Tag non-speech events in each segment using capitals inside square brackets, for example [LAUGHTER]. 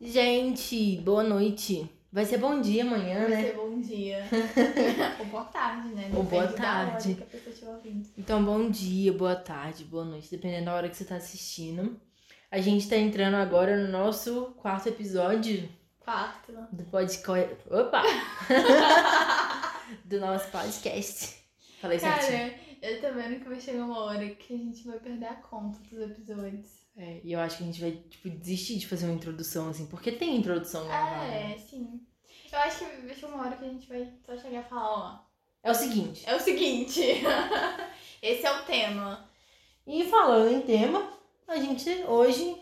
Gente, boa noite. Vai ser bom dia amanhã, Vai né? ser [LAUGHS] bom dia. Ou boa tarde, né? Ou boa Depende da hora tarde. que a pessoa estiver ouvindo. Então, bom dia, boa tarde, boa noite, dependendo da hora que você tá assistindo. A gente tá entrando agora no nosso quarto episódio Quarto. do podcast. Opa! [LAUGHS] do nosso podcast. Falei certinho. Cara, eu tô vendo que vai chegar uma hora que a gente vai perder a conta dos episódios. É, e eu acho que a gente vai, tipo, desistir de fazer uma introdução, assim, porque tem introdução Ah, gravada. É. é, sim. Eu acho que vai chegar uma hora que a gente vai só chegar e falar, ó. é o seguinte. É o seguinte. [LAUGHS] Esse é o tema. E falando em tema, a gente hoje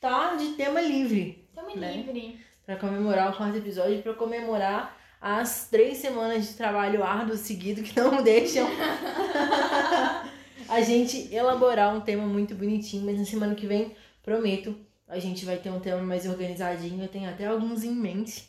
tá de tema livre. Tamo Né? [LAUGHS] livre. Pra comemorar o quarto episódio, pra comemorar as três semanas de trabalho árduo seguido que não [LAUGHS] deixam É, a gente elaborar um tema muito bonitinho, mas na semana que vem, prometo, a gente vai ter um tema mais organizadinho, eu tenho até alguns em mente,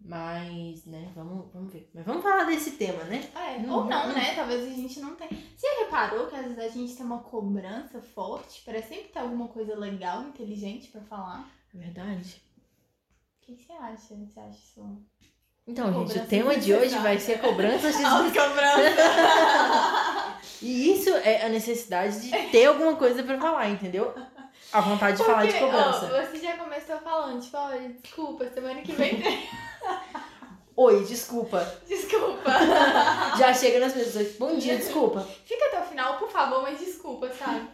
mas, né, vamos, vamos ver. Mas vamos falar desse tema, né? É, Hum, ou não, hum. né? Talvez a gente não tenha. Você já reparou que às vezes a gente tem uma cobrança forte para sempre ter alguma coisa legal, inteligente pra falar? É Verdade. O que que você acha? Você acha isso? Então, gente, Cobranças o tema de hoje vai desnecessárias. ser cobranças de... [LAUGHS] [LAUGHS] E isso é a necessidade de ter alguma coisa pra falar, entendeu? A vontade de falar de Porque, ó, cobrança. você já começou falando, tipo, olha, desculpa, semana que vem tem. [LAUGHS] Oi, desculpa. desculpa. Já chega nas pessoas. tipo, Bom dia, desculpa. Fica até o final, por favor, mas desculpa, sabe?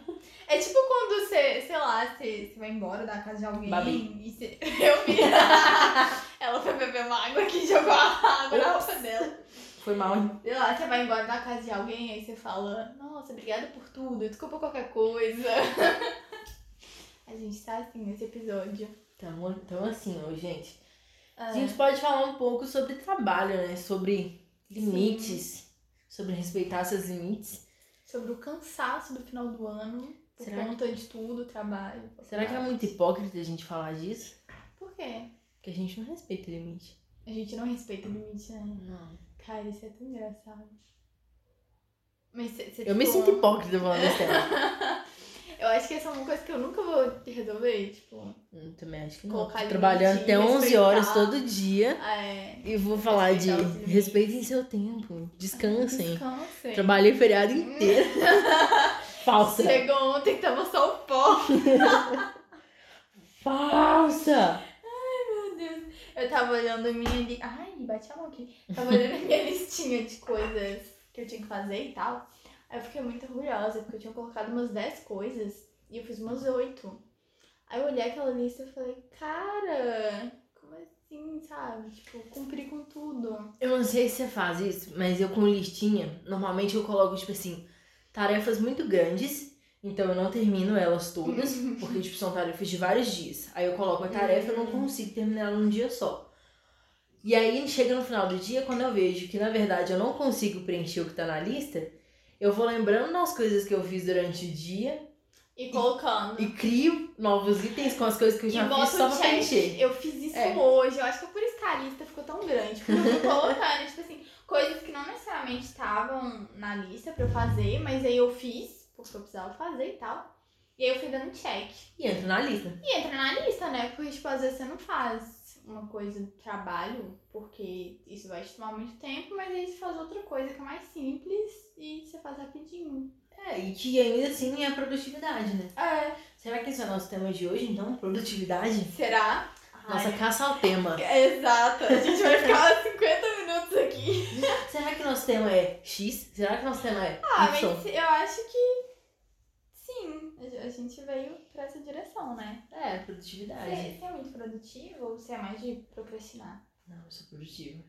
É tipo quando você, sei lá, você, você vai embora da casa de alguém Babi. e você. [LAUGHS] Eu vi. Ela foi beber uma água aqui e jogou a água na roupa dela. Foi mal. hein? Sei lá, você vai embora da casa de alguém, aí você fala, nossa, obrigada por tudo, desculpa qualquer coisa. [LAUGHS] a gente tá assim nesse episódio. Então, então assim, ó, gente. Ah, A gente pode falar um pouco sobre trabalho, né? Sobre limites. Sobre respeitar seus limites. sobre o cansaço do final do ano, por Será conta de tudo, trabalho. Será que é muito hipócrita a gente falar disso? Por quê? Porque a gente não respeita o limite. A gente não respeita o limite, né? Não. Cara, isso é tão engraçado. Mas você Eu me sinto hipócrita falando isso. né? tema. Eu acho que essa é uma coisa que eu nunca vou resolver, tipo. Hum, Também acho que não. Colocar Tô trabalhando até limite, 11 horas respeitar. todo dia. É. E vou falar de Respeitar os limites. respeitem seu tempo, descansem. Descansem. Trabalhei o feriado inteiro. [LAUGHS] Falsa. Chegou ontem que tava só o pó. Falsa! Meu Deus. Eu tava olhando a minha li... Ai, bati a mão aqui. Tava olhando a minha [LAUGHS] listinha de coisas que eu tinha que fazer e tal. Aí eu fiquei muito orgulhosa, porque eu tinha colocado umas 10 coisas e eu fiz umas 8. Aí eu olhei aquela lista e falei, cara, como assim, sabe? Tipo, cumpri com tudo. Eu não sei se você faz isso, mas eu com listinha, normalmente eu coloco, tipo assim, tarefas muito grandes. Então eu não termino elas [LAUGHS] todas, porque tipo, são tarefas de vários dias. Aí eu coloco a tarefa e eu não Hum. consigo terminar ela num dia só. E aí chega no final do dia, quando eu vejo que na verdade eu não consigo preencher o que tá na lista, eu vou lembrando das coisas que eu fiz durante o dia E colocando. e crio novos itens com as coisas que eu E já bota fiz só o pra check. preencher. Eu fiz isso É. hoje. Eu acho que é por isso que a lista ficou tão grande. Porque eu fui colocando, tipo assim, coisas que não necessariamente estavam na lista pra eu fazer, mas aí eu fiz, porque eu precisava fazer e tal. E aí eu fui dando check. E entra na lista. E entra na lista, né? Porque, tipo, às vezes você não faz uma coisa do trabalho, porque isso vai te tomar muito tempo, mas aí você faz outra coisa que é mais simples e você faz rapidinho. É, e que ainda assim é produtividade, né? É. Será que esse é o nosso tema de hoje, então? Produtividade? Será? Nossa caça ao [LAUGHS] tema. Ai, Exato. A gente vai ficar [LAUGHS] 50 minutos aqui. Será que nosso tema é X? Será que nosso tema é Ah, Y? mas eu acho que sim, a a gente veio pra essa direção, né? É, Você, produtividade. você é muito produtivo ou você é mais de procrastinar? Não, eu sou produtiva.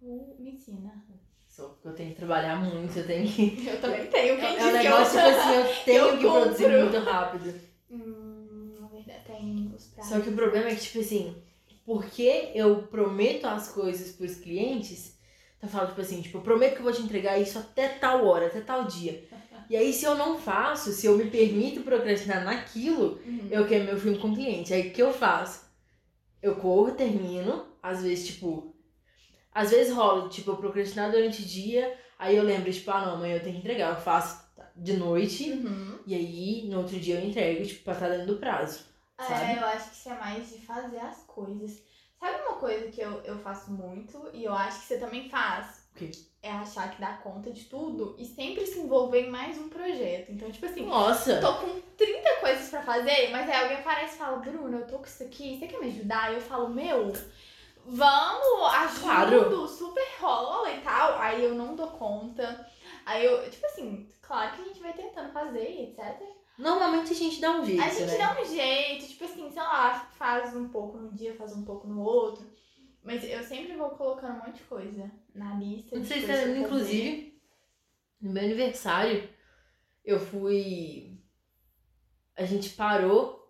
Uh, me ensina. Sou, porque eu tenho que trabalhar muito, eu tenho que. [LAUGHS] Eu também tenho, quem É disse um que negócio tipo eu... assim, eu tenho eu que produzir compro. muito rápido. [LAUGHS] Hum, na verdade, tem os pratos. Só que o problema é que, tipo assim, porque eu prometo as coisas pros clientes, então eu falo, tipo assim, tipo, eu prometo que eu vou te entregar isso até tal hora, até tal [LAUGHS] dia. E aí, se eu não faço, se eu me permito procrastinar naquilo, Uhum. Eu quero meu filme com cliente. Aí o que eu faço? Eu corro, termino. Às vezes, tipo. Às vezes rola, tipo, eu procrastinar durante o dia. Aí eu lembro, tipo, ah, não, amanhã eu tenho que entregar. Eu faço de noite. Uhum. E aí, no outro dia eu entrego, tipo, pra estar dentro do tá prazo. sabe? É, eu acho que isso é mais de fazer as coisas. Sabe uma coisa que eu, eu faço muito e eu acho que você também faz? O quê? É achar que dá conta de tudo e sempre se envolver em mais um projeto. Então, tipo assim, eu Nossa! tô com 30 coisas pra fazer, mas aí alguém aparece e fala, Bruna, eu tô com isso aqui, você quer me ajudar? Eu falo, meu, vamos, ajudo, Claro. super rola e tal. Aí eu não dou conta. Aí eu, tipo assim, claro que a gente vai tentando fazer, e etc. Normalmente a gente dá um jeito, A gente né? dá um jeito, tipo assim, sei lá, faz um pouco num dia, faz um pouco no outro. Mas eu sempre vou colocando um monte de coisa na lista. Não de sei se é, coisas pra fazer. inclusive, no meu aniversário, eu fui. A gente parou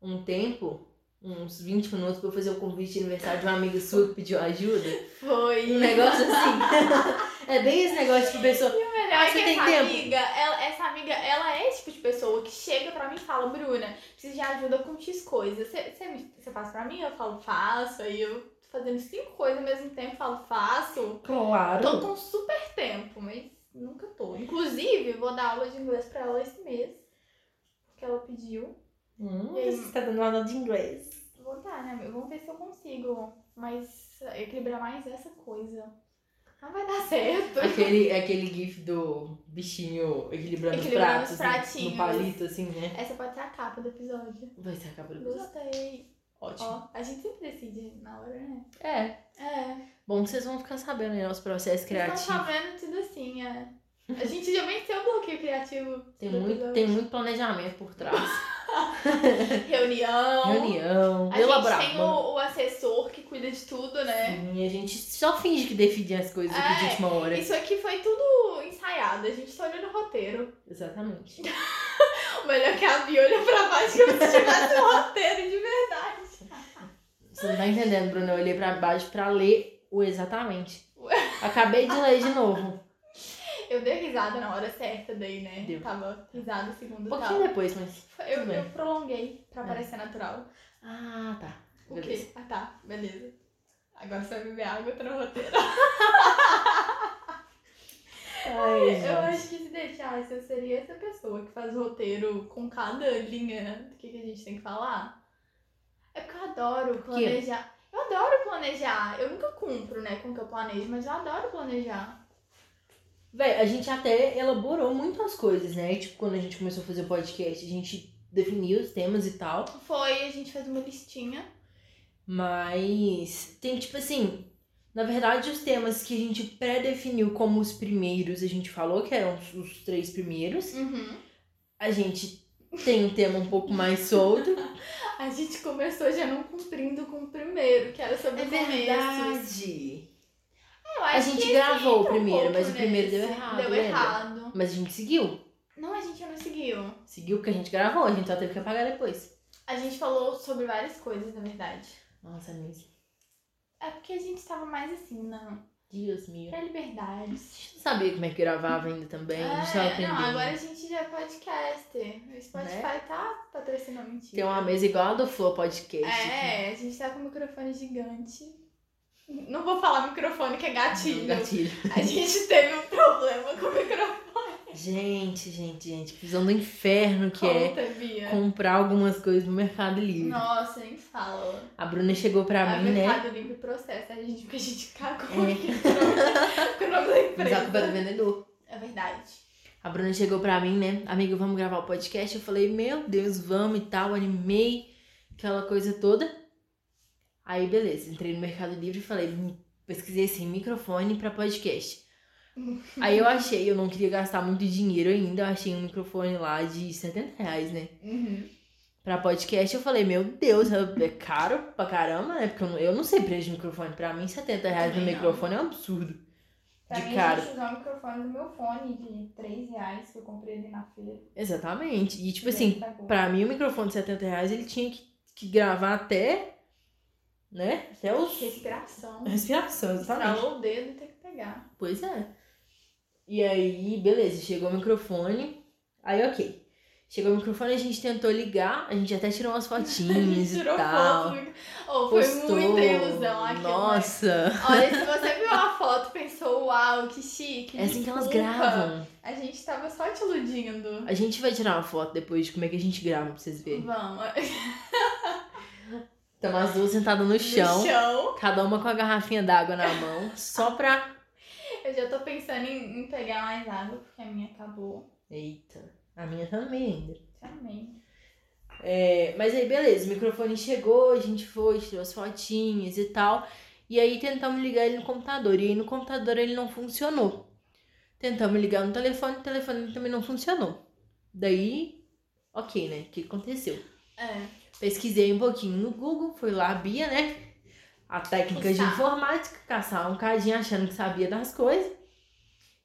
um tempo, uns 20 minutos, pra eu fazer o convite de aniversário de uma amiga sua que pediu ajuda. Foi. [LAUGHS] Um negócio assim. [LAUGHS] é bem esse negócio, tipo, pessoa. E o melhor Ah, é você que tem essa tempo? amiga, ela, essa amiga, ela é esse tipo de pessoa que chega pra mim e fala, Bruna, preciso de ajuda com X coisas. Você- Você me- você faz pra mim? Eu falo, faço. Aí eu tô fazendo cinco coisas ao mesmo tempo, falo, faço. Tô Claro! com super tempo, mas nunca tô. Inclusive, vou dar aula de inglês pra ela esse mês. Porque ela pediu. Hum, E aí? você tá dando aula de inglês. Vou dar, né? meu? Vamos ver se eu consigo. Mas equilibrar mais essa coisa. Não vai dar [LAUGHS] certo. Aquele, aquele gif do bichinho equilibrando, Equilibrando os os pratos no- no pratinhos. palito, assim, né? Essa pode ser a capa do episódio. Vai ser a capa do episódio. Gostei. Ótimo. Ó, a gente sempre decide na hora, né? É. É. Bom, vocês vão ficar sabendo aí nosso processo Estão criativo. sabendo tudo assim, é. A gente já venceu o bloqueio criativo. Tem do muito, episódio. tem muito planejamento por trás. Reunião. Reunião, Então, A elaborar. gente tem o, o assessor que cuida de tudo, né? E a gente só finge que define as coisas aqui de É, última hora. Isso aqui foi tudo ensaiado. A gente tá olhando o roteiro. Exatamente. O melhor é que a Bia olha pra baixo como se tivesse um roteiro de verdade. Você não tá entendendo, Bruno. Eu olhei pra baixo pra ler o exatamente. Ué. Acabei de ler de novo. Eu dei risada na hora certa daí, né? Deu. Tava risada Um segundo pouquinho É. tal. depois, mas. Eu, tudo bem. eu prolonguei pra parecer natural. Ah, tá. O Beleza. quê? Ah tá, beleza. Agora você vai beber água tá no roteiro. É, Ai, gente. Eu acho que se deixasse, eu seria essa pessoa que faz roteiro com cada linha né? do que, que a gente tem que falar. É porque eu adoro planejar. Eu adoro planejar. Eu nunca cumpro, né, com o que eu planejo, mas eu adoro planejar. Véi, a gente até elaborou muito as coisas, né? E, tipo, quando a gente começou a fazer o podcast, a gente definiu os temas e tal. Foi, a gente fez uma listinha. Mas tem tipo assim, na verdade os temas que a gente pré-definiu como os primeiros, a gente falou que eram os- os três primeiros. Uhum. A gente tem um tema um pouco mais [LAUGHS] solto. A gente começou já não cumprindo com o primeiro, que era sobre começos. Eu É A acho gente que gravou o entra um primeiro, pouco mas o primeiro deu nesse. errado, Deu lembra? errado. Mas a gente seguiu. Não, a gente não seguiu. Seguiu porque a gente gravou, a gente só teve que apagar depois. A gente falou sobre várias coisas, na verdade. Nossa, meus É porque a gente tava mais assim, não. Deus meu. Pra liberdade. A gente não sabia como é que gravava ainda também, a gente tava É, aprendendo. não, agora a gente já é podcaster. O Spotify Né? tá patrocinando mentira. Tem uma mesa igual a do Flow Podcast. aqui. É, a gente tá com um microfone gigante. Não vou falar microfone que é Um gatilho. gatilho. [LAUGHS] A gente teve um problema com o microfone. Gente, gente, gente, que visão do inferno que é Conta, Bia. comprar algumas coisas no Mercado Livre. Nossa, nem fala. A Bruna chegou pra a mim, né? É Mercado Livre processa a gente porque a gente cagou É. [LAUGHS] com o nome da Mas a culpa é do empresa. vendedor. É verdade. A Bruna chegou pra mim, né? Amiga, vamos gravar o podcast? Eu falei, meu Deus, vamos e tal, animei, aquela coisa toda. Aí, beleza, entrei no Mercado Livre e falei, "Hum, pesquisei assim, microfone pra podcast. Aí eu achei, eu não queria gastar muito dinheiro ainda, eu achei um microfone lá de 70 reais, né? Uhum. pra podcast, eu falei, meu Deus, é caro pra caramba, né? Porque eu não, eu não sei preço de microfone. Pra mim, 70 reais no Também não. microfone é um absurdo. Pra De mim, cara. eu gente usar o microfone do meu fone de 3 reais que eu comprei ali na feira. tá Exatamente. E tipo E assim, aí cagou. pra mim o microfone de 70 reais ele tinha que, que gravar até. Né? Até os. [LAUGHS] Respiração. Respiração, tá exatamente. Estralou o dedo e tem que pegar. Pois é. E aí, beleza, chegou o microfone. Aí, ok. Chegou o microfone, a gente tentou ligar, a gente até tirou umas [LAUGHS] fotinhas e Tirou tal. foto. muito- Oh, foi tá postou. muita ilusão aquela. Nossa, Olha, se você viu a foto e pensou, uau, que chique. é assim que elas desculpa. gravam. A gente tava só te iludindo. A gente vai tirar uma foto depois de como é que a gente grava pra vocês verem. Vamos. Estamos as duas sentadas no No chão, chão. cada uma com a garrafinha d'água na mão, só pra. Eu já tô pensando em, em pegar mais água, porque a minha tá acabou. Eita, a minha também ainda. Também. É, mas aí, beleza, o microfone chegou, a gente foi, tirou as fotinhas e tal. E aí tentamos ligar ele no computador. E aí no computador ele não funcionou. Tentamos ligar no telefone, o telefone também não funcionou. Daí, ok, né? O que aconteceu? É. Pesquisei um pouquinho no Google, fui lá, a Bia, né? A técnica de Fuçar. informática, caçar um cadinho achando que sabia das coisas.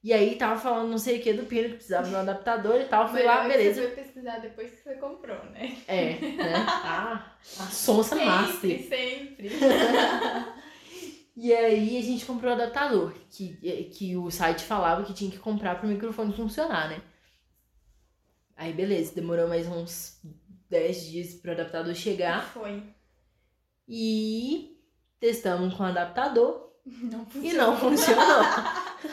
E aí tava falando não sei o que do pino, que precisava de um adaptador e tal. Fui lá, Melhor que beleza. Você foi pesquisar depois que você comprou, né? É, [LAUGHS] né? Ah, a sonsa master. [LAUGHS] Sempre, sempre. E aí a gente comprou o adaptador, que, que o site falava que tinha que comprar pro microfone funcionar, né? Aí beleza, demorou mais uns 10 dias pro adaptador chegar. Foi. E testamos com o adaptador Não e não funcionou.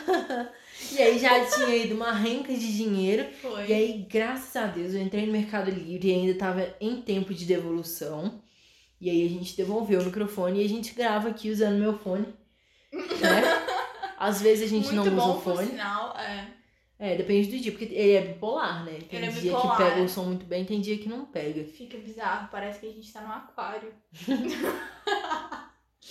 [LAUGHS] e aí já tinha ido uma renca de dinheiro. Foi. E aí, graças a Deus, eu entrei no Mercado Livre e ainda tava em tempo de devolução. E aí a gente devolveu o microfone e a gente grava aqui usando meu fone. [LAUGHS] Né? Às vezes a gente Muito não bom usa o fone. por sinal. É. É, depende do dia, porque ele é bipolar, né? Tem Ele é dia bipolar. que pega o som muito bem, tem dia que não pega. Fica bizarro, parece que a gente tá num aquário.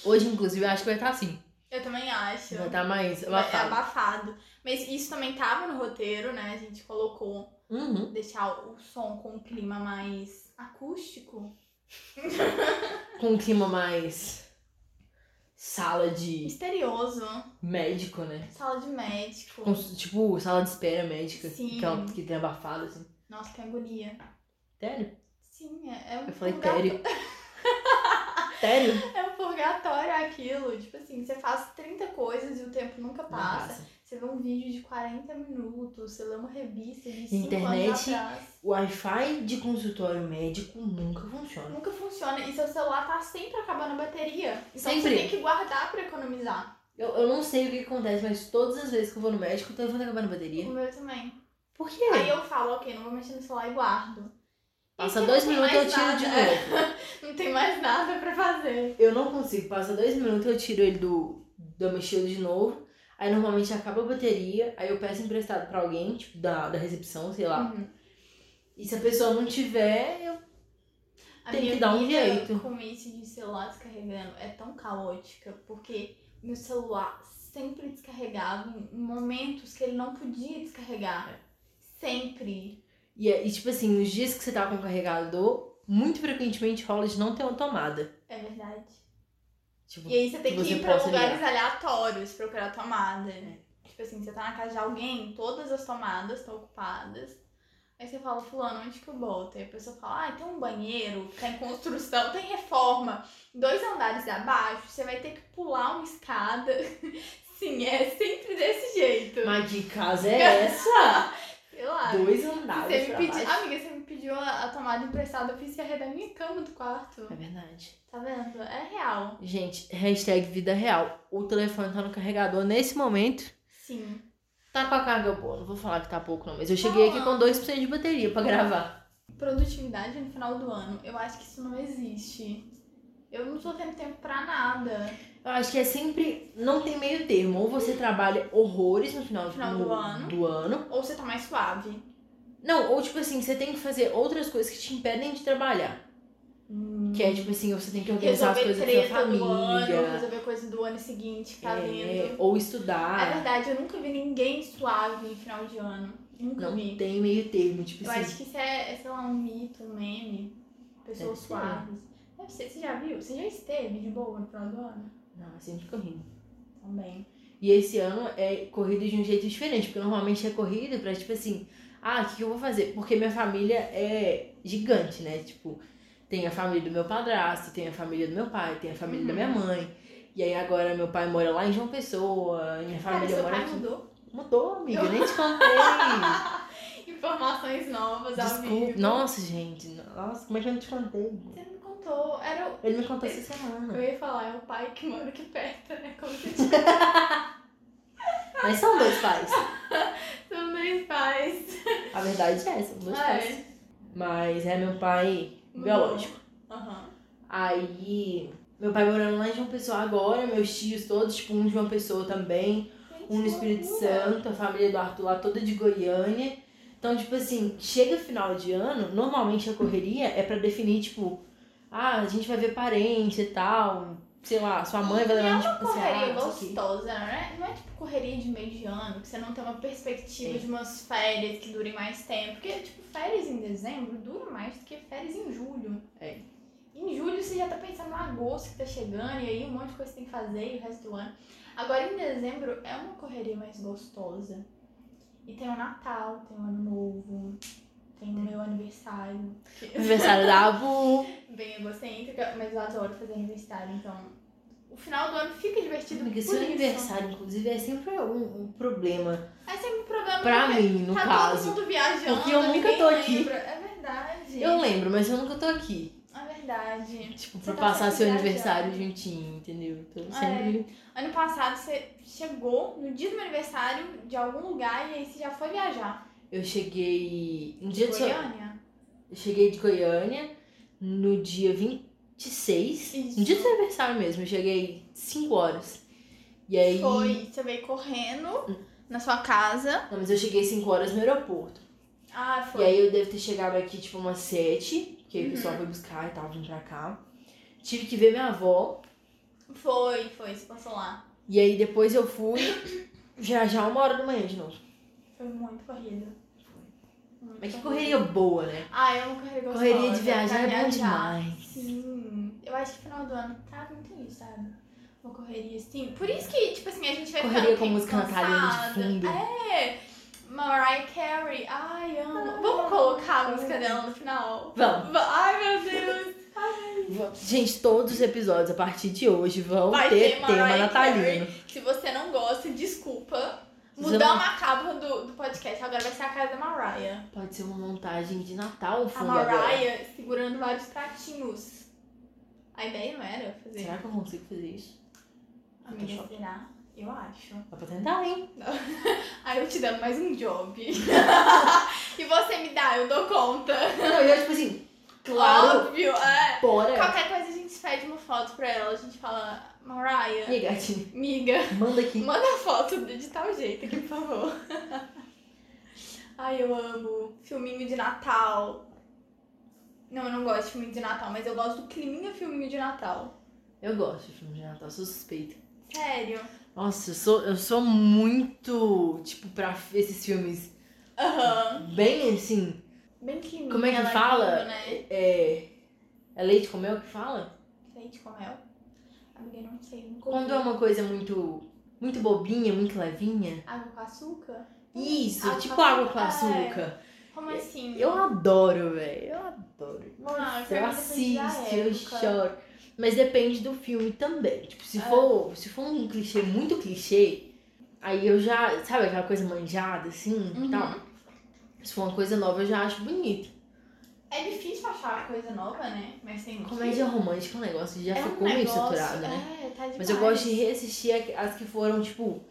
Hoje, inclusive, eu acho que vai estar assim. Eu também acho. Vai estar mais É abafado. abafado. Mas isso também tava no roteiro, né? A gente colocou Uhum. deixar o som com um clima mais acústico, Com um clima mais sala de misterioso, médico, né? sala de médico. Com- tipo, sala de espera médica. Sim. Que, é uma- que tem abafado, assim. Nossa, que agonia. Sério? Sim, é, é um Eu falei, purga- tério. [LAUGHS] tério? [LAUGHS] é um purgatório aquilo. Tipo assim, você faz 30 coisas e o tempo nunca passa. Você vê um vídeo de 40 minutos, você lê uma revista de 5 anos Internet. atrás. O Wi-Fi de consultório médico nunca funciona. Nunca funciona. E seu celular tá sempre acabando a bateria. Então Sempre. você tem que guardar pra economizar. Eu, eu não sei o que acontece, mas todas as vezes que eu vou no médico, o telefone tá acabando a O bateria. meu também. Por quê? Aí eu falo, ok, não vou mexer no celular e guardo. Passa E se dois não tem minutos eu tiro mais de nada? novo. [LAUGHS] Não tem mais nada pra fazer. Eu não consigo. Passa dois minutos eu tiro ele do, do mochila de novo. Aí normalmente acaba a bateria. Aí eu peço emprestado pra alguém, tipo, da, da recepção, sei lá. Uhum. E se a pessoa não tiver, eu. A Tem minha que dar um vida jeito. com isso de celular descarregando é tão caótica, porque meu celular sempre descarregava em momentos que ele não podia descarregar. Sempre. E, é- e tipo assim, nos dias que você tá com o carregador, muito frequentemente rola de não ter uma tomada. É verdade. Tipo, E aí você tem Que que, você ir pra possa É. lugares aleatórios procurar tomada. Tipo assim, você tá na casa de alguém, todas as tomadas estão ocupadas. Aí você fala, fulano, onde que eu boto? Aí a pessoa fala, ah, tem um banheiro, tá em construção, tem reforma, dois andares abaixo, você vai ter que pular uma escada. [LAUGHS] Sim, é sempre desse jeito. Mas que casa é [LAUGHS] essa? Sei lá. Dois Você andares. me pra pedi... baixo. Amiga, você me pediu a, a tomada emprestada, eu fiz que da minha cama do quarto. É verdade. Tá vendo? É real. Gente, hashtag vida real. O telefone tá no carregador nesse momento. Sim. Tá com a carga boa, não vou falar que tá pouco não, mas eu cheguei aqui com 2% de bateria pra gravar. Produtividade no final do ano, eu acho que isso não existe. Eu não tô tendo tempo pra nada Eu acho que é sempre, não tem meio termo, ou você trabalha horrores no final, Final no- do ano. do ano. Ou você tá mais suave. Não, ou tipo assim, você tem que fazer outras coisas que te impedem de trabalhar. Que é tipo assim, você tem que organizar as resolver coisas da sua treta do ano, família. resolver coisa do ano seguinte, é, Ah. fazendo. ou É estudar. verdade, eu nunca vi ninguém suave em final de ano. Nunca não vi. tem meio termo, tipo Eu assim. acho que isso é, é, sei lá, um mito, um meme. Deve Pessoas ser. suaves. Deve ser, você já viu? Você já esteve de boa no final do ano? Não, é sempre corrida. Também. E esse ano é corrida de um jeito diferente, porque normalmente é corrida pra tipo assim, ah, o que, que eu vou fazer? Porque minha família é gigante, né? Tipo, tem a família do meu padrasto, tem a família do meu pai, tem a família da minha Uhum. mãe. E aí agora meu pai mora lá em João Pessoa, minha Cara, família seu mora pai aqui. mudou. [LAUGHS] Mudou, amiga, eu nem te contei. E [LAUGHS] informações novas ao Desculpa. vivo. Nossa, gente. Nossa, como é que eu não te contei? Você não me contou. Era o... Ele me contou essa semana. Eu ia falar, é o pai que mora aqui perto, né? Como se tivesse Mas são dois pais. dois pais. A verdade é, são dois Ah, pais. é. Mas é meu pai Mudou. biológico. Aham. Aí, meu pai morando lá em João Pessoa agora, meus tios todos, tipo, um de João Pessoa também, um no Espírito Santo, a família do Arthur lá toda de Goiânia. Então, tipo assim, chega final de ano, normalmente a correria é pra definir, tipo, ah, a gente vai ver parente e tal, sei lá, sua mãe vai levar a gente pra é Correria passear, não sei o quê. gostosa, né? Não é tipo correria de meio de ano, que você não tem uma perspectiva Sim. de umas férias que durem mais tempo. Porque, tipo, férias em dezembro dura mais do que férias em julho. É. Em julho você já tá pensando no agosto que tá chegando, e aí um monte de coisa que tem que fazer e o resto do ano. Agora em dezembro é uma correria mais gostosa. E tem o Natal, tem o Ano Novo, tem o meu aniversário. Aniversário da Abu. Bem egocêntrica, mas eu adoro fazer aniversário, então. O final do ano fica divertido Porque Tipo, por seu isso. Tipo, aniversário, inclusive, é sempre um, um problema É sempre um problema pra porque mim, no tá caso. todo mundo viajando. Porque eu nunca ninguém tô aqui. lembra. É verdade. Eu lembro, mas eu nunca tô aqui. É verdade. Tipo, Você pra tá Ah, passar sempre seu viajando. aniversário juntinho, entendeu? Tô sempre. Ano passado você chegou no dia do meu aniversário de algum lugar e aí você já foi viajar. Eu cheguei. No dia de so- é. Goiânia? Eu cheguei de Goiânia no dia 26. Isso. No dia do seu aniversário mesmo, eu cheguei 5 horas. E aí. Hum. Foi. Você veio correndo na sua casa. Não, mas eu cheguei 5 horas no aeroporto. Ah, E foi. aí eu devo ter chegado aqui tipo umas 7. Porque aí o Uhum. pessoal foi buscar e tal, vim pra cá. Tive que ver minha avó. Foi, foi. Você passou lá. E aí depois eu fui já já uma hora da manhã de novo. Foi muito corrido. Muito Mas que corrido. correria boa, né? Ah, eu amo correr gostosa. Correria de viajar pra é bom viajar. demais. Sim. Eu acho que final do ano tá muito isso, sabe? Uma correria assim. Por isso que, tipo assim, a gente vai Correria ficando com música natalina de cansada. fundo. É. Mariah Carey. Ai, amo. Vamos colocar a música dela no final? Vamos. Va- Ai, meu Deus. vamos. Gente, todos os episódios a partir de hoje vão Vai ter, ter tema Mariah natalino. Se você não gosta, desculpa. Se você Mudar não- o macabro do, do podcast. Agora vai ser a casa da Mariah. Pode ser uma montagem de Natal A fundo agora. Mariah segurando vários pratinhos. A ideia não era fazer. Será que eu consigo fazer isso? Amiga, Photoshop. será? Eu acho. Dá pra tentar, [LAUGHS] hein? Aí eu te dando mais um [LAUGHS] job. e você me dá, eu dou conta. Não, eu tipo assim, claro, Óbvio, é. bora. Qualquer coisa a gente pede uma foto pra ela, a gente fala, Mariah, E aí, gatinho, miga, manda aqui. manda a foto de de tal jeito aqui, por favor. [LAUGHS] Ai, eu amo. Filminho de Natal. Não, eu não gosto de filminho de Natal, mas eu gosto do climinha filminho de Natal. Eu gosto de filme de Natal, sou suspeita. Sério. Nossa, eu sou, eu sou muito, tipo, pra esses filmes Aham. bem assim. Bem climinha. Como é que ela fala? clima, né? É. É leite com mel que fala? Leite com mel? é? Amiga, eu não sei. Nunca Quando ouvi. é uma coisa muito. Muito bobinha, muito levinha. Água com açúcar? Isso, Hum, Água tipo com água com açúcar, é. açúcar. Como assim? Eu adoro, velho. Eu adoro. Ah, eu pra mim depende da assisto, eu época. choro. Mas depende do filme também. Tipo, se É. for, se for um clichê muito clichê, aí eu já. Sabe aquela coisa manjada, assim e Uhum. tal? Se for uma coisa nova, eu já acho bonito. É difícil achar coisa nova, né? Mas tem Comédia romântica é um negócio que já é um ficou meio negócio, estruturado, né? É, tá demais. Mas eu gosto de reassistir a- as que foram, tipo,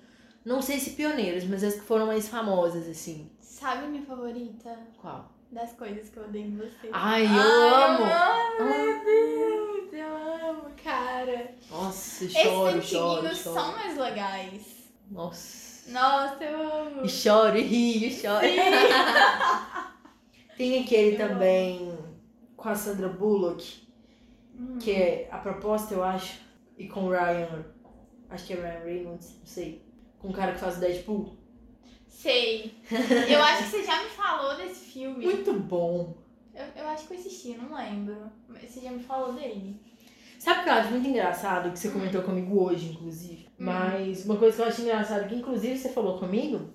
não sei se pioneiras, mas as que foram mais famosas, assim. Sabe minha favorita Qual? das coisas que eu odeio em você? Ai, eu amo! Eu amo, Ah. meu Deus! Eu amo, cara. Nossa, eu choro, Esses choro, antiguinhos choro. são mais legais. Nossa. Nossa, eu amo. [LAUGHS] E choro, e rio, e choro. Tem aquele Eu também com a Sandra Bullock, Hum. que é a proposta, eu acho, e com o Ryan. Acho que é Ryan Reynolds, não sei. Com o cara que faz o Deadpool. Sei. Eu acho que você já me falou desse filme. Muito bom. Eu, eu acho que eu assisti, não lembro. Mas Você já me falou dele. Sabe o que eu acho muito engraçado, que você Hum. comentou comigo hoje, inclusive? Hum. Mas uma coisa que eu acho engraçado, que inclusive você falou comigo,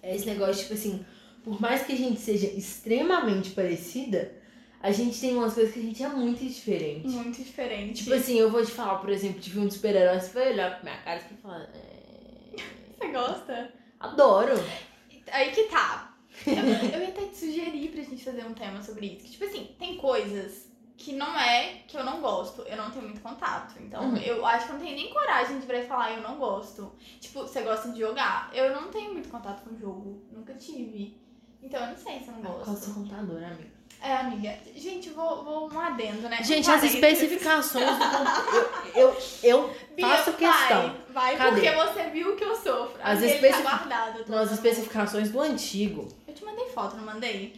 é esse negócio, tipo assim, por mais que a gente seja extremamente parecida, a gente tem umas coisas que a gente é muito diferente. Muito diferente. Tipo assim, eu vou te falar, por exemplo, de filme de super-herói, você vai olhar pra minha cara e você vai falar, "É, Você gosta? adoro. Aí que tá. Eu, eu ia até te sugerir pra gente fazer um tema sobre isso. Que, tipo assim, tem coisas que não é que eu não gosto. Eu não tenho muito contato. Então, Uhum. eu acho que eu não tenho nem coragem de virar e falar eu não gosto. Tipo, você gosta de jogar? Eu não tenho muito contato com o jogo. Nunca tive. Então, eu não sei se eu não Qual o seu gosto. computador, amiga? É, amiga. Gente, vou, vou um adendo, né? Gente, Um as parênteses. especificações [LAUGHS] do computador. Eu, eu, eu Bia, faço questão. Vai, vai Cadê? porque você viu que eu sofro. As As especific... especific- tá guardado. eu tô Não, as dando- especificações do antigo. Eu te mandei foto, não mandei?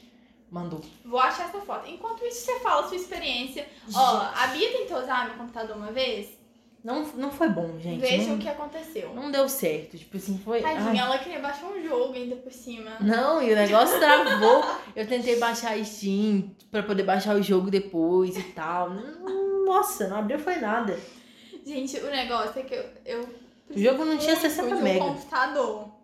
Mandou. Vou achar essa foto. Enquanto isso, você fala a sua experiência. Ó, a Bia tentou usar meu computador uma vez. Não, não foi bom, gente. Veja não, o que aconteceu. não deu certo. Tipo assim, foi. ai. Tadinha, ela queria baixar um jogo ainda por cima. Não, e o negócio travou. Eu tentei baixar a Steam pra poder baixar o jogo depois e tal. Não- Nossa, não abriu foi nada. Gente, o negócio é que eu. eu O jogo não tinha 60 muito de um mega. computador.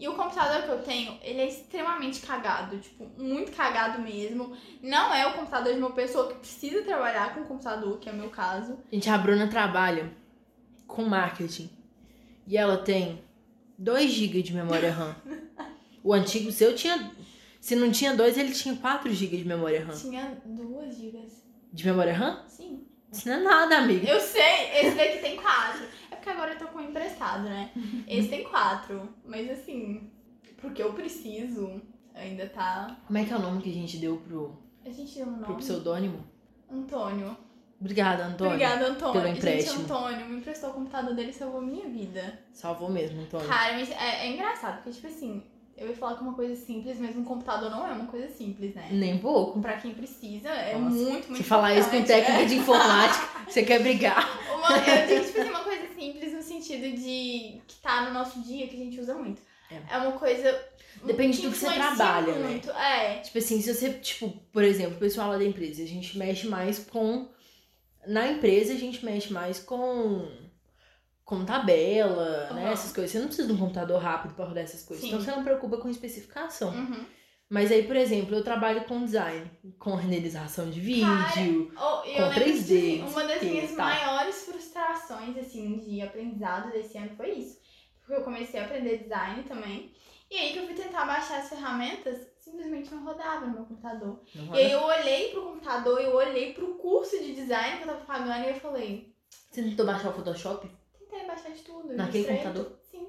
E o computador que eu tenho, ele é extremamente cagado. Tipo, muito cagado mesmo. Não é o computador de uma pessoa que precisa trabalhar com computador, que é o meu caso. Gente, a Bruna trabalha com marketing. E ela tem 2 GB de memória RAM. O antigo seu tinha. Se não tinha 2, ele tinha 4 GB de memória RAM. Tinha duas gigas. De memória RAM? Sim. Isso não é nada, amiga. Eu sei, esse daqui tem quatro. É porque agora eu tô com um emprestado, né? Esse tem quatro. Mas assim, pro que eu preciso, ainda tá. Como é que é o nome que a gente deu pro, A gente deu um pro nome. pseudônimo? Antônio. Obrigada, Antônio. Obrigada, Antônio. pelo Gente, é empréstimo. Antônio me emprestou o computador dele e salvou minha vida. Salvou mesmo, Antônio. Cara, mas é, é engraçado, porque, tipo assim, eu ia falar que é uma coisa simples, mas um computador não é uma coisa simples, né? Nem pouco. Pra quem precisa, é Nossa, muito, muito Se falar isso com importante. é. técnica de informática, você quer brigar. Uma, eu digo, tipo assim, uma coisa simples no sentido de que tá no nosso dia, que a gente usa muito. É. É, uma coisa. Depende do que você influencia trabalha, né? muito. É. Tipo assim, se você, tipo, por exemplo, o pessoal lá da empresa, a gente mexe mais com. Na empresa, a gente mexe mais com. Com tabela, né? Aham. Essas coisas. Você não precisa de um computador rápido pra rodar essas coisas. Sim. Então você não preocupa com especificação. Uhum. Mas aí, por exemplo, eu trabalho com design, com renderização de vídeo. Cara, Oh, e eu Com lembro que, 3D, assim, uma das e minhas tal. maiores frustrações, assim, de aprendizado desse ano foi isso. Porque eu comecei a aprender design também. E aí que eu fui tentar baixar as ferramentas, simplesmente não rodava no meu computador. Não E aí roda. eu olhei pro computador, eu olhei pro curso de design que eu tava pagando e eu falei, Você tentou baixar o Photoshop? Tentei baixar de tudo. Naquele Illustrator, computador? Sim.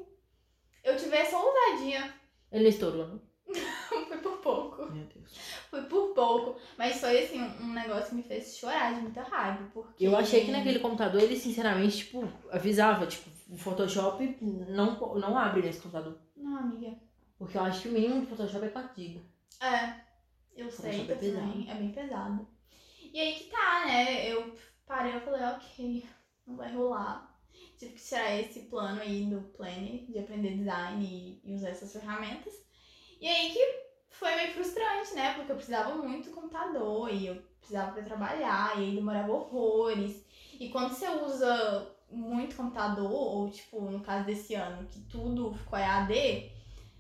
Eu tive essa ousadia. Ele estourou, não? [LAUGHS] Foi por pouco. Meu Deus. Foi por pouco. Mas foi, assim, um um negócio que me fez chorar de muita raiva. Porque... Eu achei que naquele computador ele, sinceramente, tipo, avisava, tipo, o Photoshop não, po- não abre nesse computador. Não, amiga. Porque eu acho que o mínimo de Photoshop é 4 GB. É. Eu sei Photoshop é também. É bem pesado. E aí que tá, né? Eu parei eu falei, ok, não vai rolar. Tive que tirar esse plano aí do Planner, de aprender design e- e usar essas ferramentas. E aí que foi meio frustrante, né? Porque eu precisava muito do computador e eu precisava pra trabalhar, e aí demorava horrores. E quando você usa muito computador, ou tipo, no caso desse ano, que tudo ficou EAD,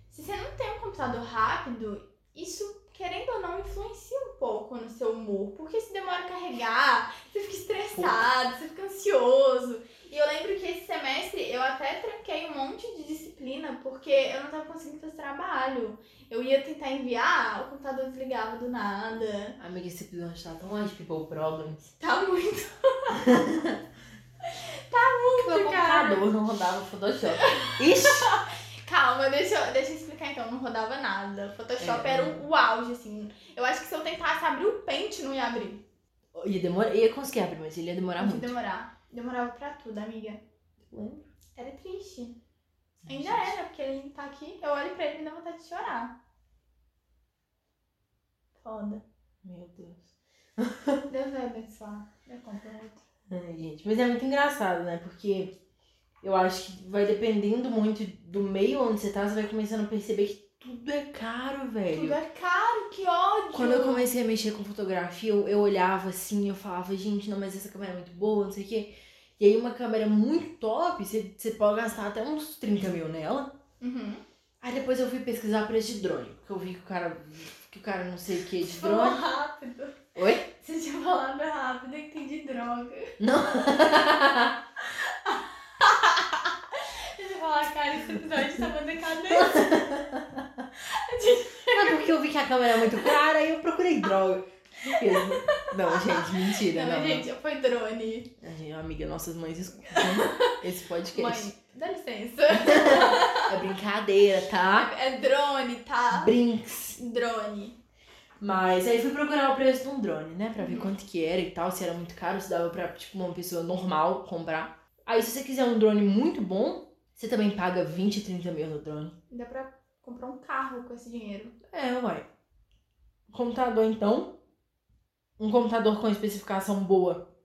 se você não tem um computador rápido, isso, querendo ou não, influencia um pouco no seu humor. Porque se demora a carregar, você fica estressado, você fica ansioso. E eu lembro que esse semestre eu até tranquei um monte de disciplina porque eu não tava conseguindo fazer trabalho. Eu ia tentar enviar, o computador desligava do nada. Amiga, esse episódio tá tão de people problems. Tá muito. Porque meu cara. computador não rodava o Photoshop. Ixi! Calma, deixa eu, deixa eu explicar então. Não rodava nada. Photoshop É. era o, o auge, assim. Eu acho que se eu tentasse abrir o Paint, não ia abrir. Ia demorar, ia conseguir abrir, mas ele ia demorar Ia muito. demorar. Demorava pra tudo, amiga. Lembro. Era triste. Ainda era, porque ele não tá aqui. Eu olho pra ele e me dá vontade de chorar. Foda. Meu Deus. Deus vai abençoar. Eu compro outro. Ai, gente. Mas é muito engraçado, né? Porque eu acho que vai dependendo muito do meio onde você tá, você vai começando a perceber que tudo é caro, velho. Tudo é caro, que ódio. Quando eu comecei a mexer com fotografia, eu, eu olhava assim, eu falava, gente, não, mas essa câmera é muito boa, não sei o quê. E aí uma câmera muito top, você você pode gastar até uns 30 mil nela. Uhum. Aí depois eu fui pesquisar preço de drone, porque eu vi que o cara, que o cara não sei o que [LAUGHS] de Falou drone. rápido. [LAUGHS] Oi? Você tinha falado rápido, eu entendi droga. [LAUGHS] Deixa eu falar, cara, esse episódio tá uma decadência. Não, Ah, porque eu câmera muito cara e eu procurei droga. Mesmo. Não, gente, mentira. Não, Não, não. gente, foi drone. A gente- Amiga, nossas mães escutam esse podcast. Mãe, dá licença. [LAUGHS] É brincadeira, tá? É drone, tá? Brinks. Drone. Mas aí fui procurar o preço de um drone, né? Pra ver Uhum. quanto que era e tal, se era muito caro, se dava pra, tipo, uma pessoa normal comprar. Aí se você quiser um drone muito bom, você também paga 20, 30 mil no drone. Dá pra comprar um carro com esse dinheiro. É, uai. Computador, então. Um computador com especificação boa.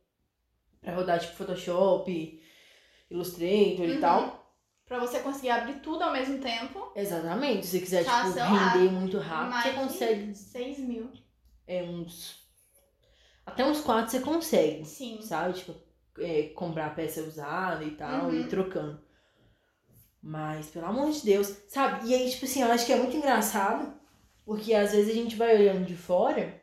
Pra rodar, tipo, Photoshop, Illustrator e Uhum. tal. Pra você conseguir abrir tudo ao mesmo tempo. Exatamente. Se você quiser, Só tipo, celular. render muito rápido, mais você de consegue. 6 mil. É, uns. Até uns quatro você consegue. Sim. sabe? Tipo, é, comprar peça usada e tal, Uhum. e trocando. Mas, pelo amor de Deus, sabe? E aí, tipo assim, eu acho que é muito engraçado, porque às vezes a gente vai olhando de fora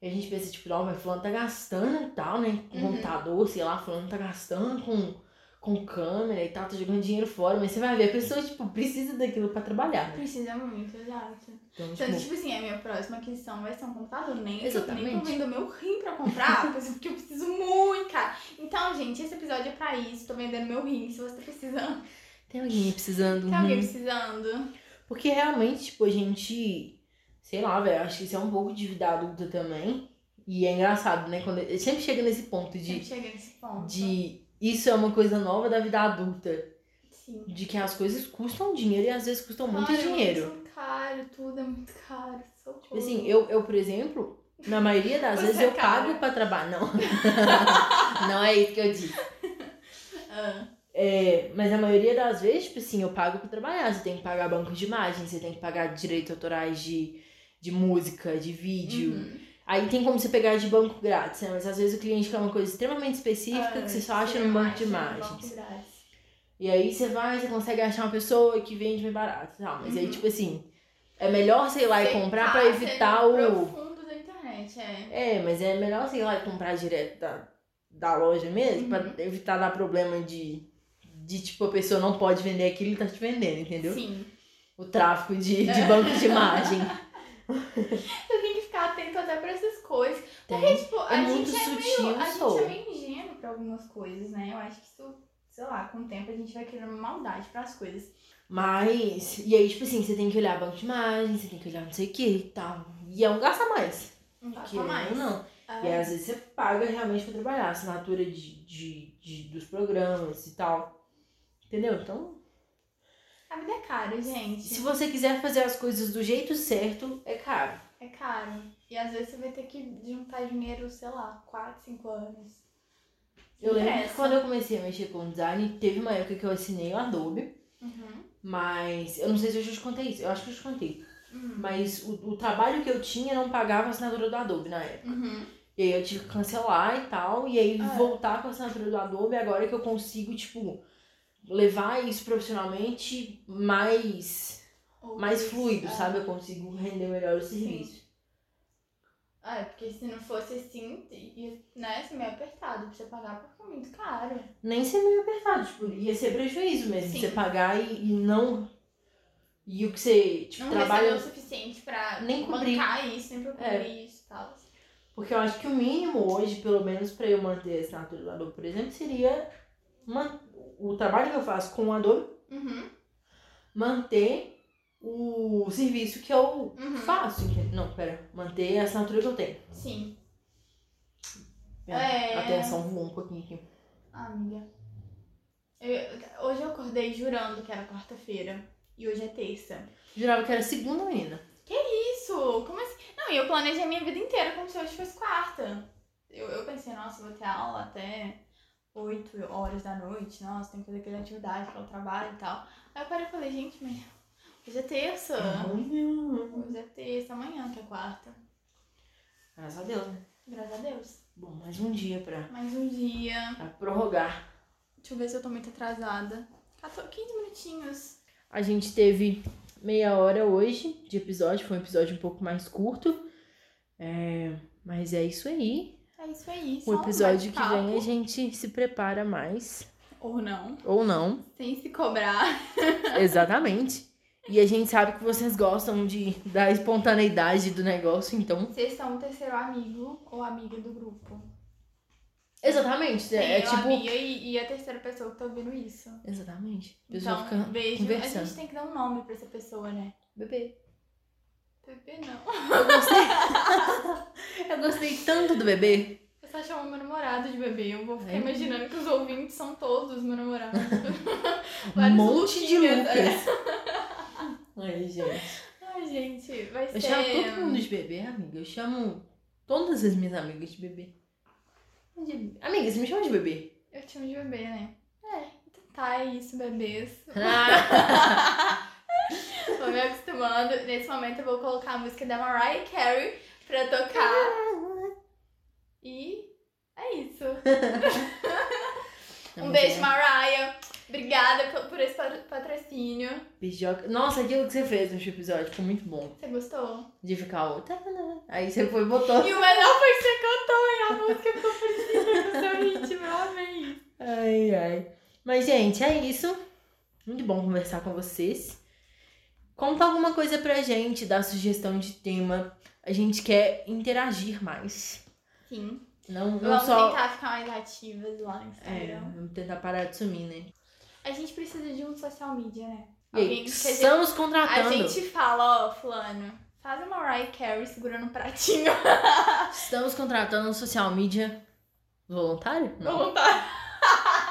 e a gente pensa, tipo, não, mas fulano tá gastando e tal, né? Com Uhum. computador, sei lá, fulano tá gastando com, com câmera e tal, tá jogando dinheiro fora. Mas você vai ver, a pessoa, tipo, precisa daquilo pra trabalhar, né? Precisa muito, exato. Então, Então, tipo, tipo assim, a minha próxima aquisição vai ser um computador. Nem que eu nem tô Exatamente. vendo meu rim pra comprar, [LAUGHS] pois é porque eu preciso muito, cara. Então, gente, esse episódio é pra isso. Tô vendendo meu rim, se você tá precisando. tem alguém precisando. Tem alguém né? precisando? Porque realmente, tipo, a gente, sei lá, velho, acho que isso é um pouco de vida adulta também. E é engraçado, né? Quando sempre chega nesse ponto Sempre de, chega nesse ponto. de isso é uma coisa nova da vida adulta. Sim. De que as coisas custam dinheiro e às vezes custam muito Cara, é dinheiro. muito caro, tudo é muito caro. Socorro. Uhum. Tipo assim, eu, eu, por exemplo, na maioria das Você vezes é eu cara. pago pra trabalhar. Não. [LAUGHS] Não é isso que eu digo. Ah, É, mas na maioria das vezes, tipo assim, eu pago pra trabalhar. Você tem que pagar banco de imagem, você tem que pagar direitos autorais de, de música, de vídeo. uhum. Aí tem como você pegar de banco grátis, né? Mas às vezes o cliente quer uma coisa extremamente específica Ah, que você só isso acha é no banco de imagem, imagens. banco de imagens. E aí você vai, você consegue achar uma pessoa que vende bem barato e tal. Mas aí, Uhum. tipo assim, é melhor, sei lá, e Sem comprar tá pra evitar sendo o. profundo da internet, é. É, mas é melhor, sei lá, e comprar direto da, da loja mesmo, Uhum. pra evitar dar problema de. De tipo, a pessoa não pode vender aquilo e tá te vendendo, entendeu? Sim. O tráfico de, [LAUGHS] de banco de imagem. Você tem que ficar atento até pra essas coisas. Tem. Porque, tipo, a É muito gente é sutil, meio. A gente sou. é meio ingênuo pra algumas coisas, né? Eu acho que isso, sei lá, com o tempo a gente vai criando maldade pras coisas. Mas, e aí, tipo assim, você tem que olhar banco de imagem, você tem que olhar não sei o que e tal. E é um gasto a mais. Não dá pra querendo mais. ou não. Ah, E às vezes você paga realmente pra trabalhar, assinatura de, de, de- dos programas e tal. Entendeu? Então, A vida é cara, se gente. você quiser fazer as coisas do jeito certo, é caro. É caro. E às vezes você vai ter que juntar dinheiro, sei lá, 4, 5 anos. Eu Sem lembro que pressa. quando eu comecei a mexer com design, teve uma época que eu assinei o Adobe, Uhum. mas eu não sei se eu já te contei isso, eu acho que eu te contei. Uhum. Mas o, o trabalho que eu tinha não pagava a assinatura do Adobe na época. Uhum. E aí eu tive que cancelar e tal. E aí Ah, é. voltar com a assinatura do Adobe agora que eu consigo, tipo, levar isso profissionalmente mais, mais Outros, fluido, ah, sabe? Eu consigo render melhor o Sim. serviço. Ah, é porque se não fosse assim, ia, né, ser meio apertado pra você pagar porque é muito caro. Nem ser meio apertado, tipo, ia ser prejuízo mesmo. Sim. Você pagar e, e não. E o que você, tipo, não trabalha. recebeu o suficiente pra Nem cobrir. É. bancar isso, nem pra cobrir isso e tal. Porque eu acho que o mínimo hoje, pelo menos pra eu manter a assinatura do Adobe, por exemplo, seria man- o trabalho que eu faço com o Adobe Uhum, manter o serviço que eu Uhum. faço. entende? Não, pera. Manter a assinatura que eu tenho. sim. Pera, É. Atenção, voou um pouquinho aqui. Ah, amiga. Eu- hoje eu acordei jurando que era quarta-feira. E hoje é terça. Jurava que era segunda, menina. Isso! Como assim? Não, e eu planejei a minha vida inteira como se hoje fosse quarta. Eu, eu pensei, nossa, vou ter aula até 8 horas da noite. Nossa, tem que fazer aquela atividade, aquele trabalho e tal. Aí eu parei e falei, gente, mas hoje é terça. Olha. Hoje é terça, amanhã que é quarta. Graças a Deus. né? Graças a Deus. Bom, mais um dia pra, Mais um dia. pra prorrogar. Deixa eu ver se eu tô muito atrasada. 14, 15 minutinhos. A gente teve meia hora hoje de episódio. Foi um episódio um pouco mais curto. É, Mas é isso aí. É isso aí. O só um episódio que bate-papo. vem a gente se prepara mais. Ou não. Ou não. [LAUGHS] Sem se cobrar. Exatamente. E a gente sabe que vocês gostam de, da espontaneidade do negócio, então. Vocês são o terceiro amigo ou amiga do grupo. Exatamente. É, é eu, a tipo. Bia e, e a terceira pessoa que tá ouvindo isso. Exatamente. A pessoa Então, fica beijo. A conversando. gente tem que dar um nome pra essa pessoa, né? Bebê. Bebê não. Eu gostei. eu gostei tanto do bebê. Eu só chamo meu namorado de bebê. Eu vou ficar Ai. imaginando que os ouvintes são todos [LAUGHS] meu namorado. Um Vários né? monte de Luquinhas. [LAUGHS] Lucas. Ai, gente. Ai, gente, vai Eu ser. chamo todo mundo de bebê, amiga. Eu chamo todas as minhas amigas de bebê. De- Amiga, você me chama de bebê. Eu te chamo de bebê, né? É. Então tá, é isso, [LAUGHS] bebês. Vou me acostumando. Nesse momento eu vou colocar a música da Mariah Carey pra tocar. E é isso. Tá Um beijo, Mariah. Obrigada po- por esse patro- patrocínio. Beijoca. Nossa, aquilo que você fez no último episódio ficou muito bom. Você gostou? De ficar o. tá, Aí você foi e [LAUGHS] botou. E o melhor foi que você cantou e a música ficou parecida com o seu ritmo. Eu amei. Ai, ai. Mas, gente, é isso. Muito bom conversar com vocês. Conta alguma coisa pra gente, dá sugestão de tema. A gente quer interagir mais. Sim. Não, não Vamos só. tentar ficar mais ativas lá no É, Instagram. vamos tentar parar de sumir, né? A gente precisa de um social media, né? E aí, Alguém que a gente- estamos A contratando. gente fala, ó, fulano, faz uma Mariah Carey segurando um pratinho Estamos contratando um social media voluntário? Não. voluntário.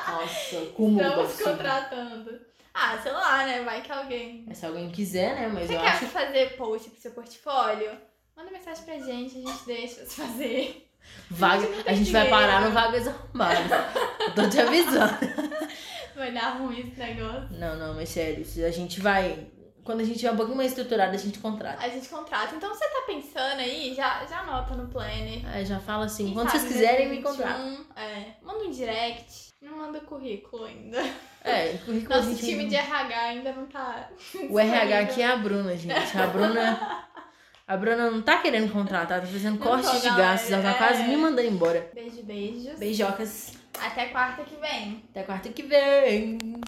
Nossa, como tá, Estamos contratando. Ah, sei lá, né? Vai que alguém. Mas É, se alguém quiser, né? Mas Você eu quer acho. fazer post pro seu portfólio? Manda mensagem pra gente, a gente deixa você fazer. [LAUGHS] Vaga... não tem A gente vai dinheiro. parar no vagas arrumadas. eu tô te avisando. Vai dar ruim esse negócio. Não, não, mas sério, se a gente vai. Quando a gente tiver um pouquinho mais estruturado, a gente contrata. A gente contrata. Então você tá pensando aí, já, já anota no planner. Aí já fala assim, Quem quando sabe vocês quiserem, me 2021, contratam. É, manda um direct. Não manda currículo ainda. É, o currículo a Nosso gente. time de RH ainda não tá. O RH aqui é a Bruna, gente. A Bruna. A Bruna não tá querendo contratar, tá fazendo Não cortes tô, de gastos. Ela tá galera, quase é. me mandando embora. Beijo, beijos. Beijocas. Até quarta que vem. Até quarta que vem.